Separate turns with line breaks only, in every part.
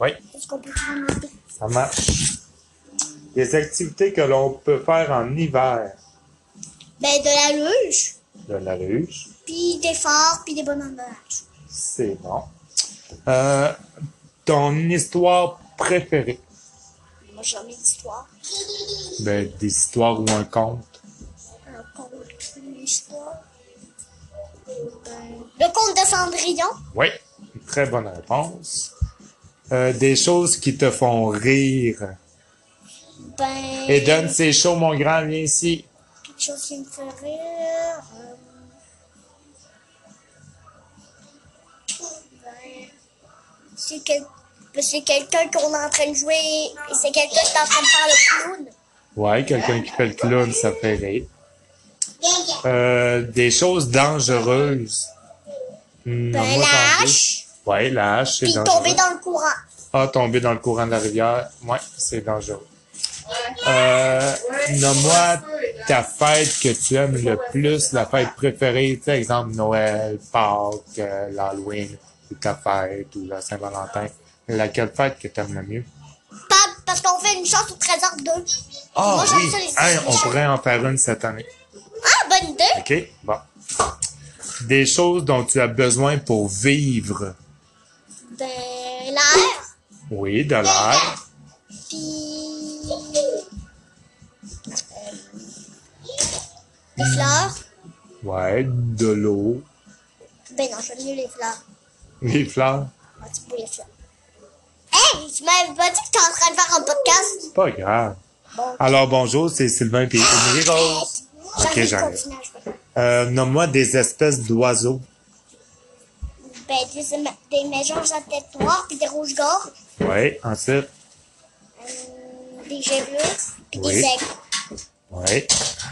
Oui,
Est-ce qu'on peut faire un autre?
ça marche. Les activités que l'on peut faire en hiver.
Ben, de la luge,
De la luge,
puis des forts, puis des bonhommes de neige.
c'est bon. Euh, ton histoire préférée.
Moi, j'ai mis l'histoire.
Ben, des histoires ou un conte.
Un conte, une histoire. Ben, le conte de Cendrillon.
Oui, très bonne réponse. Euh, des choses qui te font rire.
Ben.
Et donne, c'est chaud, mon grand, viens ici.
Quelque chose qui me fait rire. euh, ben, c'est quel- ben, c'est quelqu'un qu'on est en train de jouer et c'est quelqu'un qui est en train de faire le clown.
Ouais, quelqu'un qui fait le clown, ça fait rire. Euh, des choses dangereuses. Hmm,
Ben,
moi, j'en
la
ai.
hache,
Ouais, la hache, c'est
puis
dangereux.
tomber dans le courant.
Ah, tomber dans le courant de la rivière. Ouais, c'est dangereux. Euh, Nomme-moi ta fête que tu aimes le plus, la fête préférée, tu sais, exemple Noël, Pâques, euh, l'Halloween, ou ta fête, ou la Saint-Valentin. Laquelle fête que tu aimes le mieux?
Pas- parce qu'on fait une chasse au trésor 2.
Ah
Moi, j'aime
oui,
ça, les-
Hein,
les
on
choses.
pourrait en faire une cette année.
Ah, bonne idée!
OK? Bon. Des choses dont tu as besoin pour vivre.
Ben, l'air,
Oui, de l'air.
puis... euh, Des fleurs.
Ouais, de l'eau.
Ben non, j'aime mieux les fleurs. Ah,
Les fleurs.
Un petit peu les fleurs. Hey, tu m'avais pas dit que t'es en train de faire un podcast?
Pas grave.
Bon.
Alors bonjour, c'est Sylvain puis Émilie Rose.
J'arrive,
j'arrive.
continue à jouer.
Euh, Nomme-moi des espèces d'oiseaux.
Ben, des, éme- des mésanges à tête noire, puis des rouges gorges, Euh,
Oui. Ensuite.
des jets bleus, puis
Oui.
des aigles.
Oui.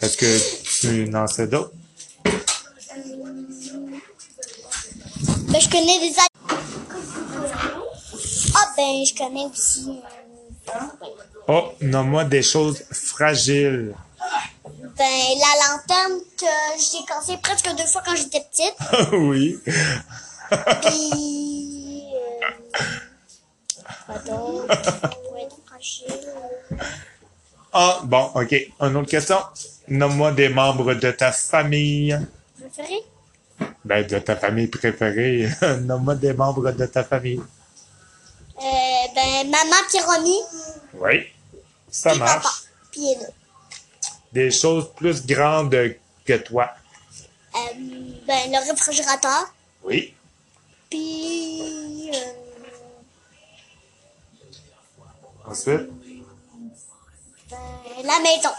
Est-ce que tu n'en sais d'autres?
Ben, je connais des aigles. Ah, ben, je connais aussi. euh,
Oh, nomme-moi des choses fragiles.
Ben, la lanterne que j'ai cassée presque deux fois quand j'étais petite.
oui.
Puis. Euh, donc, euh, pour être fragile.
Ah, bon, OK. Une autre question. Nomme-moi des membres de ta famille.
Préféré?
Ben, de ta famille préférée. Nomme-moi des membres de ta famille.
Euh, ben, maman puis Romy,
Oui. Ça
puis papa,
marche.
puis Ella.
Des choses plus grandes que toi.
Euh, ben, le réfrigérateur,
Oui.
puis... euh,
Ensuite.
ben, la maison.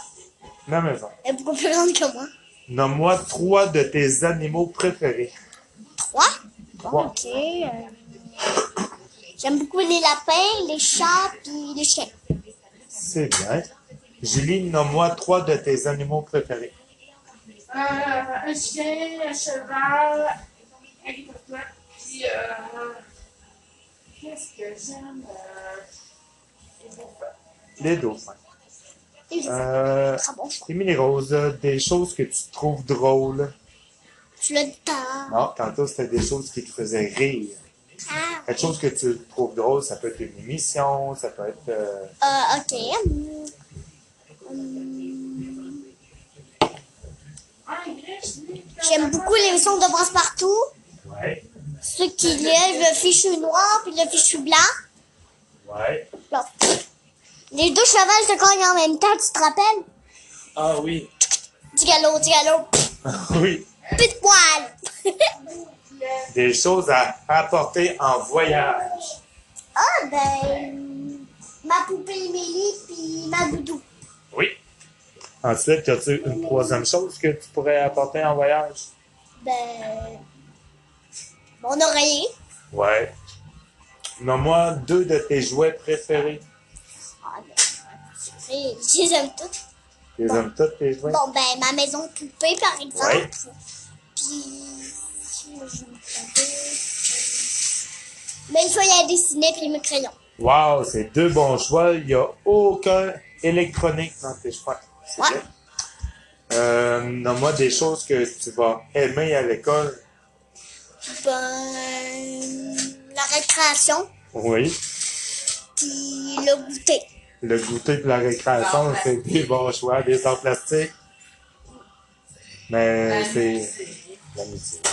La maison.
Elle est beaucoup plus grande que moi.
Nomme-moi trois de tes animaux préférés.
Trois?
Trois.
Bon, ok. euh, J'aime beaucoup les lapins, les chats, puis les chiens.
C'est bien. Julie, nomme-moi trois de tes animaux préférés.
Euh, un chien, un cheval, un hippopotame, puis euh, qu'est-ce que j'aime? Euh,
Les dauphins.
Et je
Euh,
Ah bon, je-
Émilie Rose, des choses que tu trouves drôles.
tu l'as dit tard.
Non, tantôt, c'était des choses qui te faisaient rire.
Ah,
Quelque chose que tu trouves drôle, ça peut être une émission, ça peut être... euh,
euh, ok. hum, hum,
en grèce,
Euh,
lui,
J'aime beaucoup les sons de brasse partout.
Ouais,
Ceux qui lèvent le fichu noir puis le fichu blanc.
ouais.
Là. Les deux chevals se cognent en même temps, tu te rappelles?
Ah oui.
Du galop, du galop,
Oui.
pute poil!
Des choses à apporter en voyage.
ah ben, ma poupée Émilie puis ma doudou.
Oui. Ensuite, as-tu une troisième chose que tu pourrais apporter en voyage?
Ben, mon oreiller.
Ouais. Nomme-moi deux de tes jouets préférés.
Ah ben, c'est- je les aime toutes.
Tu les aimes tous, tes jouets?
Bon ben, ma maison poupée par exemple.
Ouais.
Puis, je me Mais il faut y aller dessiner puis mes crayons.
Wow, c'est deux bons choix. Il n'y a aucun électronique dans tes choix. C'est
Ouais.
bien. Euh, Nomme-moi des choses que tu vas aimer à l'école.
ben, la récréation,
Oui.
puis le goûter.
Le goûter pour la récréation,
Bon,
c'est des bons choix, des en plastique. Mais c'est la musique.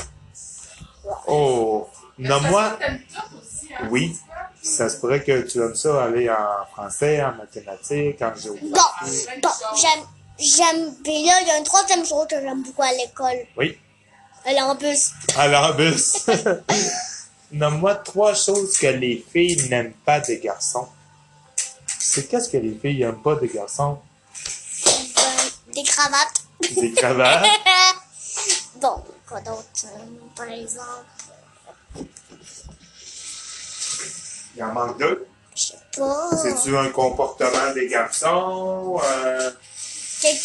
Oh! Nomme-moi.
T'aimes tout aussi, hein?
Oui. Ça se pourrait que tu aimes ça aller en français, en mathématiques, en géographie.
Bon, bon, j'aime, j'aime, puis là, il y a une troisième chose que j'aime beaucoup à l'école,
Oui.
aller en bus.
Alors, bus. Nomme-moi trois choses que les filles n'aiment pas des garçons. C'est qu'est-ce que les filles n'aiment pas des garçons?
Ben, des cravates.
Des cravates.
bon, quoi d'autre, euh, par exemple,
Il en manque deux.
je sais pas.
C'est-tu un comportement des garçons? Euh,
Quel-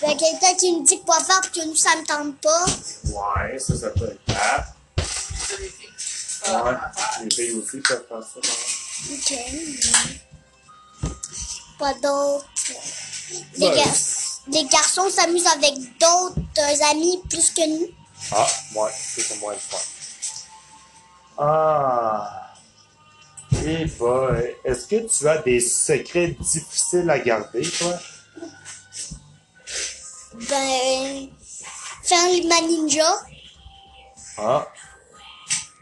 Ben, quelqu'un qui me dit quoi faire, puis que nous, ça me tente pas.
ouais, ça, ça peut être bad.
C'est des filles qui font
Ouais,
leur affaire.
les filles aussi peuvent faire ça. hein.
Ok. Quoi d'autre? Des,
Ouais.
gar- des garçons s'amusent avec d'autres amis plus que nous.
Ah, ouais, ça, c'est moins le fun. Ah! Eh boy, est-ce que tu as des secrets difficiles à garder, toi?
Ben, faire ma ninja.
Ah,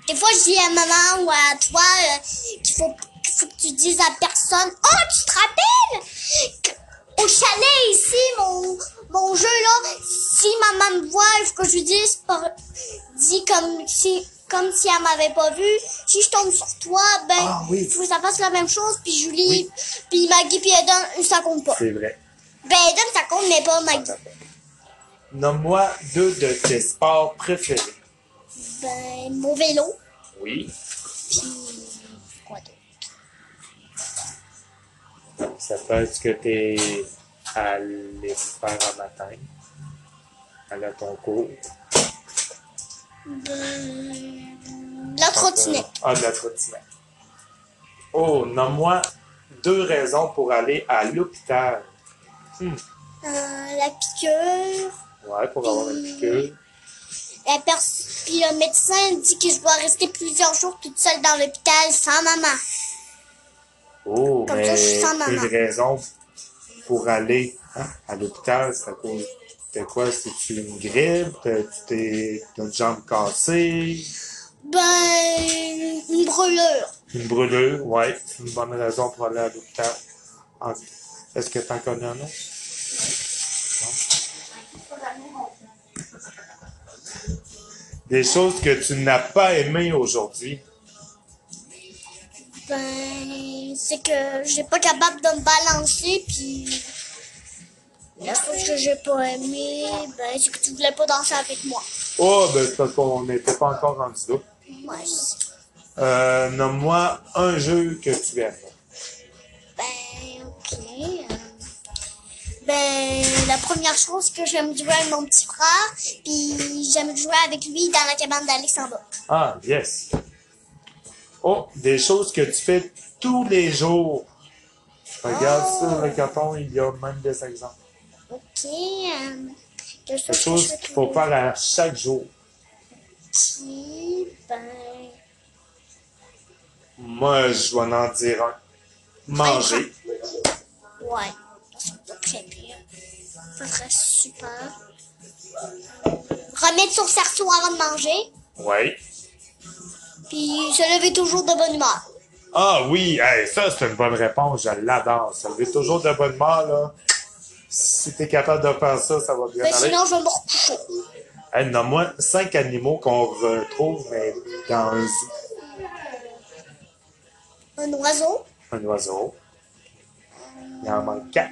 Des fois, je dis à maman ou à toi euh, qu'il faut, qu'il faut que tu dises à personne Oh, tu te rappelles que- Au chalet ici, mon, mon jeu là, si maman me voit, il faut que je lui dise, par- dis comme si, comme si elle m'avait pas vu. Si je tombe sur toi, ben, il
Ah, oui.
faut que ça fasse la même chose. Puis
Oui.
Julie, puis Maggie, puis Eden, ça compte pas.
c'est vrai.
Ben, Eden, ça compte, mais pas Maggie.
Nomme-moi deux de tes sports préférés.
Ben, mon vélo,
Oui.
puis quoi d'autre?
Ça peut être que t'es allé faire un matin, aller à ton cours.
Ben, la trottinette.
Ah, de la trottinette. Oh, nomme-moi deux raisons pour aller à l'hôpital.
Euh, la piqûre.
Ouais, pour avoir une piqûre.
La pers- puis le médecin dit que je dois rester plusieurs jours toute seule dans l'hôpital sans maman.
Oh,
Comme ça,
mais
je suis sans maman.
une raison pour aller hein, à l'hôpital, c'est à cause de quoi? C'est-tu une grippe? Euh, Tu t'es t'as une jambe cassée?
Ben, une brûlure.
Une brûlure? Ouais, c'est une bonne raison pour aller à l'hôpital. En- Est-ce que t'en connais un autre? Des choses que tu n'as pas aimées aujourd'hui.
Ben, c'est que j'ai pas capable de me balancer, puis la chose que j'ai pas aimé, ben, c'est que tu voulais pas danser avec moi.
Oh, ben c'est parce qu'on n'était pas encore rendu là.
Ouais. c'est-
Euh, Nomme-moi un jeu que tu aimes.
Ben, ok. euh, Ben, la première chose que j'aime jouer avec mon petit frère, puis j'aime jouer avec lui dans la cabane d'Alexandre.
Ah, yes. Oh, des choses que tu fais tous les jours. Regarde
Oh.
ça, le carton, il y a même des exemples.
Ah, Ok. Euh, quelque
Des
chose,
choses qu'il faut faire à chaque jour.
Qui, ben,
Moi, je vais en dire un. Manger.
ouais. C'est pas très pire. Ça serait super. Remettre son cerceau avant de manger.
Oui.
Puis se lever toujours de bonne humeur.
Ah oui, hey, ça c'est une bonne réponse, je l'adore. Ça lever toujours de bonne mort, là. Si t'es capable de faire ça, ça va bien
Ben,
aller.
sinon, je vais me recoucher.
Hey, Nomme-moi cinq animaux qu'on retrouve mais dans un zoo.
Un oiseau.
Un oiseau. Il en manque quatre.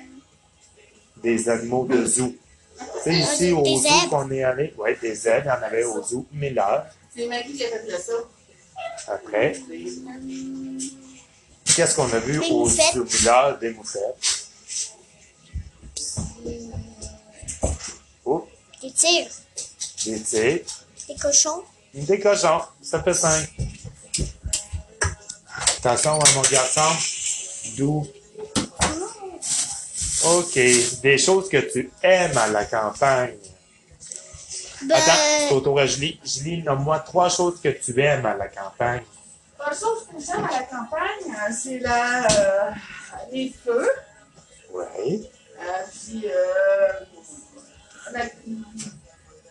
Des animaux de zoo. C'est ici au
Des
zoo
zèbres.
qu'on est allé. Oui, des zèbres, il y en avait au zoo Miller.
hein. C'est Maggie qui a fait ça.
Après, qu'est-ce qu'on a vu
Des
au
moussettes.
zoo Miller des moussettes? Oh,
Des tigres.
des tigres.
Des cochons.
Des cochons. Ça fait cinq. Attention à mon garçon. D'où? OK. Des choses que tu aimes à la campagne.
Ben-
Attends, c'est au tour à Julie. Julie, nomme-moi trois choses que tu aimes à la campagne.
Une chose que j'aime à la campagne, euh, c'est la, euh, les feux,
Oui.
euh, puis euh, la,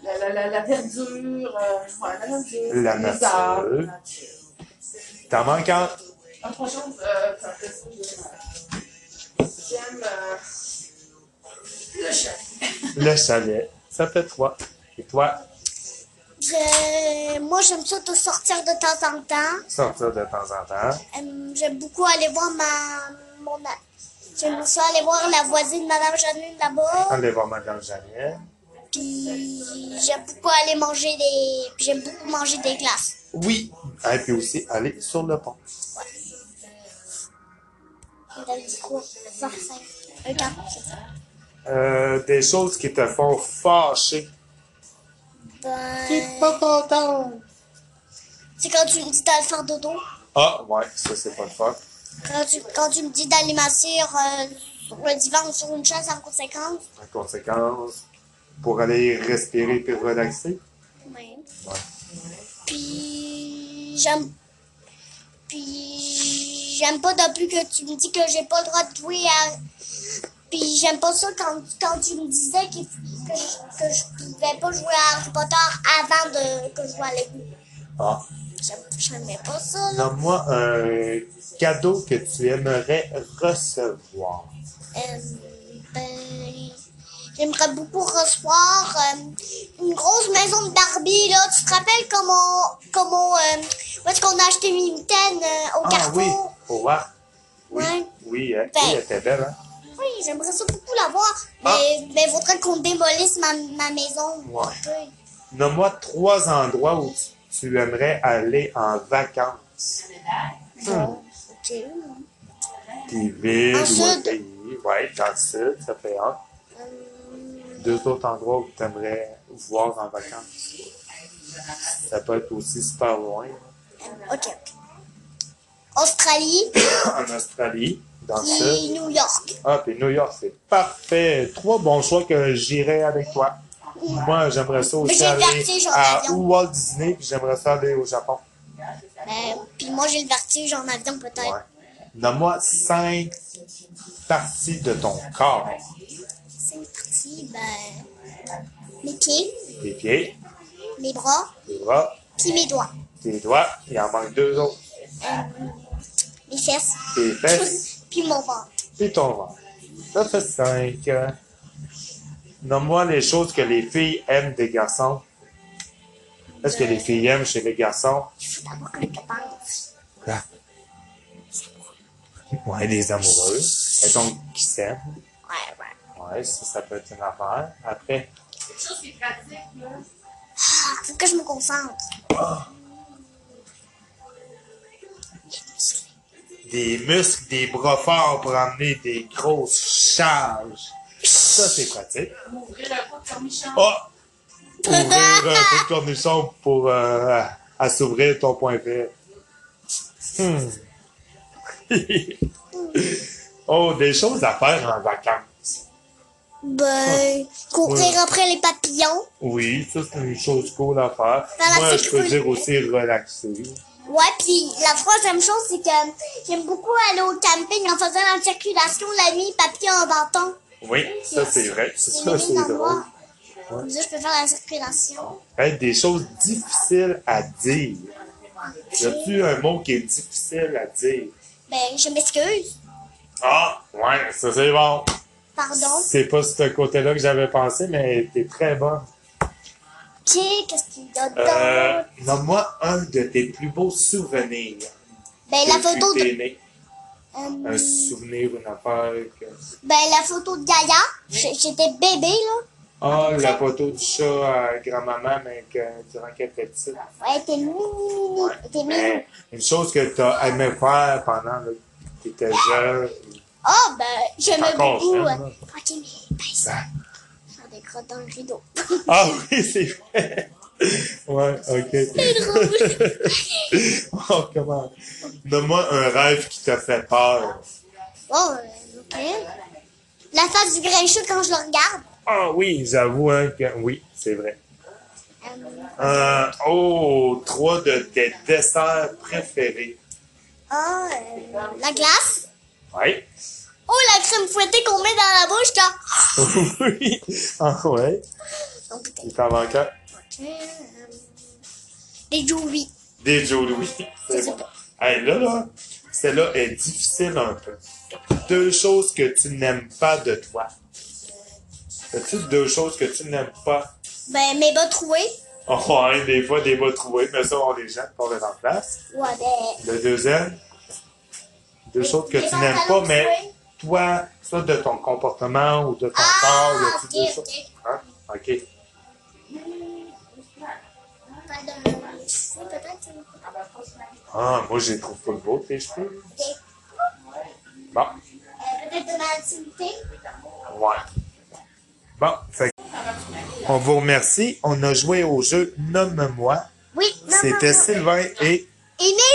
la, la, la, la verdure, euh, ouais, la verdure,
La
les
nature.
arbres, la nature.
T'en manques un?
Autre chose, euh, enfin, qu'est-ce que j'aime? J'aime euh, le chat.
Le chalet. Ça fait trois. Et toi,
Je- Moi, j'aime ça de sortir de temps en temps.
sortir de temps en temps.
Euh, J'aime beaucoup aller voir ma... mon... a- J'aime ça aller voir la voisine Madame Janine là-bas.
Aller voir Madame Janine.
Puis j'aime beaucoup aller manger des... puis J'aime beaucoup manger des glaces.
Oui. Et puis aussi aller sur le pont.
T'avais dit quoi? 25. Un quart, c'est ça.
Euh, des choses qui te font fâcher.
Ben,
pas content.
C'est quand tu me dis d'aller faire dodo.
Ah, ouais, ça c'est pas le fun.
Quand tu, quand tu me dis d'aller m'asseoir euh, sur le divan ou sur une chaise en conséquence.
En conséquence, pour aller respirer puis relaxer.
Oui.
Ouais.
Puis j'aime. Puis j'aime pas non plus que tu me dis que j'ai pas le droit de jouer à. Puis j'aime pas ça quand, quand tu me disais que, que, je, que je pouvais pas jouer à Harry Potter avant de, que je joue à Lego.
Ah.
J'aime- J'aimais pas ça, là.
Donne-moi un cadeau que tu aimerais recevoir.
Euh, ben, J'aimerais beaucoup recevoir euh, une grosse maison de Barbie, là. Tu te rappelles comment. comment euh, où est-ce qu'on a acheté Mimten euh, au
Ah
Carrefour?
oui, au revoir. Oui,
Ouais.
oui, hein.
Ben.
Oui, elle était belle, hein?
Oui, j'aimerais ça beaucoup l'avoir.
Ah.
Mais, mais faudrait qu'on démolisse ma, ma maison.
Ouais.
Oui.
Nomme-moi trois endroits où tu, tu aimerais aller en vacances. Hmm.
Bon, ok.
Puis ville
En
ou
sud.
pays. Oui, dans le sud, ça fait un.
Euh,
Deux autres endroits où tu aimerais voir en vacances. Ça peut être aussi super loin.
ok. Australie
en Australie, dans le sud.
et New York.
Ah, puis New York, c'est parfait. Trois bons choix que j'irai avec toi. Moi, j'aimerais ça aussi
j'ai le
aller
vertige en
à
avion.
Walt Disney, puis j'aimerais ça aller au Japon.
Mais, Ben, puis moi, j'ai le vertige en avion, peut-être.
Ouais. Donne-moi cinq parties de ton corps.
C'est parti, ben. Mes pieds,
Tes pieds,
mes bras,
tes bras,
puis mes doigts.
tes doigts, il en manque deux autres.
Mes fesses,
Tes fesses,
puis mon ventre.
puis ton ventre. Ça fait cinq. Nomme-moi les choses que les filles aiment des garçons. Est-ce que les filles aiment chez les garçons?
Il faut d'abord que je te parle.
Quoi? Ouais, les amoureux. Et donc, qui s'aiment.
Ouais, ouais.
Ouais, ça, ça peut être une affaire. Après,
Quelque chose qui est pratique, là.
Ah, faut que je me concentre.
des muscles, des bras forts pour emmener des grosses charges. Ça, c'est pratique.
M'ouvrir un pot de cornichon.
Oh! Ouvrir un peu de cornichon pour euh, à s'ouvrir ton point faible. Hmm. oh, des choses à faire en vacances.
Ben, courir après les papillons.
Oui, ça, c'est une chose cool à faire.
Dans la
Moi, je peux
sécurité.
dire aussi relaxer.
Ouais, puis la troisième chose, c'est que j'aime beaucoup aller au camping en faisant la circulation la nuit, papillon en bâton.
Oui, ça, c'est vrai. Ça,
mille
c'est drôle.
endroits. Comme ça, je peux faire la circulation.
Hey, des choses difficiles à dire. Y a-tu un mot qui est difficile à dire?
Ben, je m'excuse.
Ah, ouais, ça c'est bon.
Pardon.
C'est pas ce côté-là que j'avais pensé, mais t'es très bon.
Ok, qu'est-ce qu'il y a d'autre?
Euh, Nomme-moi un de tes plus beaux souvenirs.
ben, la
Depuis
photo
t'es
de...
né.
euh,
Un souvenir, une affaire. que-
ben, la photo de Gaïa. J'- J'étais bébé, là.
Ah, la photo du chat à grand-maman, mais que, durant qu'elle était petite.
Ouais, elle était mini, mini,
Ouais.
elle était mini.
Mais une chose que t'as aimé faire pendant que t'étais jeune.
Oh, ben, j'aimais
Encore
beaucoup.
jeune,
euh,
là.
Ok, mais ben, ça
ça-
des crottes dans le rideau.
Ah oui, c'est vrai. Ouais, ok. oh, comment? Donne-moi un rêve qui t'a fait peur.
Oh, euh, ok. La face du Grincheux quand je le regarde.
Ah oui, j'avoue, hein, que oui, c'est vrai. Euh, oh, trois de tes desserts préférés.
Ah, euh, la glace.
Oui.
Oh, la crème fouettée qu'on met dans la bouche, là.
oui. Ah ouais.
Donc, peut-être.
Il t'en manque un.
Ok, euh, Les jouets.
Des Joe Louis. C'est bon. Hey, là, là, celle-là est difficile un peu. Deux choses que tu n'aimes pas de toi. As-tu deux choses que tu n'aimes pas?
Ben, mes bas troués.
Oh, hein, des fois, des bas troués, mais ça, on les jette pour les en place.
Ouais, ben.
Le deuxième, deux choses que
mes
tu n'aimes pas,
pantalons
mais
troués.
toi, soit de ton comportement ou de ton
Ah,
corps, y a-tu
ok,
deux choses?
ok.
Hein? OK.
Pas de cheveux, peut-être.
Ah, moi, j'ai trouve pas beau, tes cheveux.
Ok. Euh,
Bon,
Peut-être de ma intimité.
ouais. Bon, fait que- On vous remercie. On a joué au jeu Nomme-moi.
Oui, non, non,
C'était
non.
Sylvain et
Et Mélanie.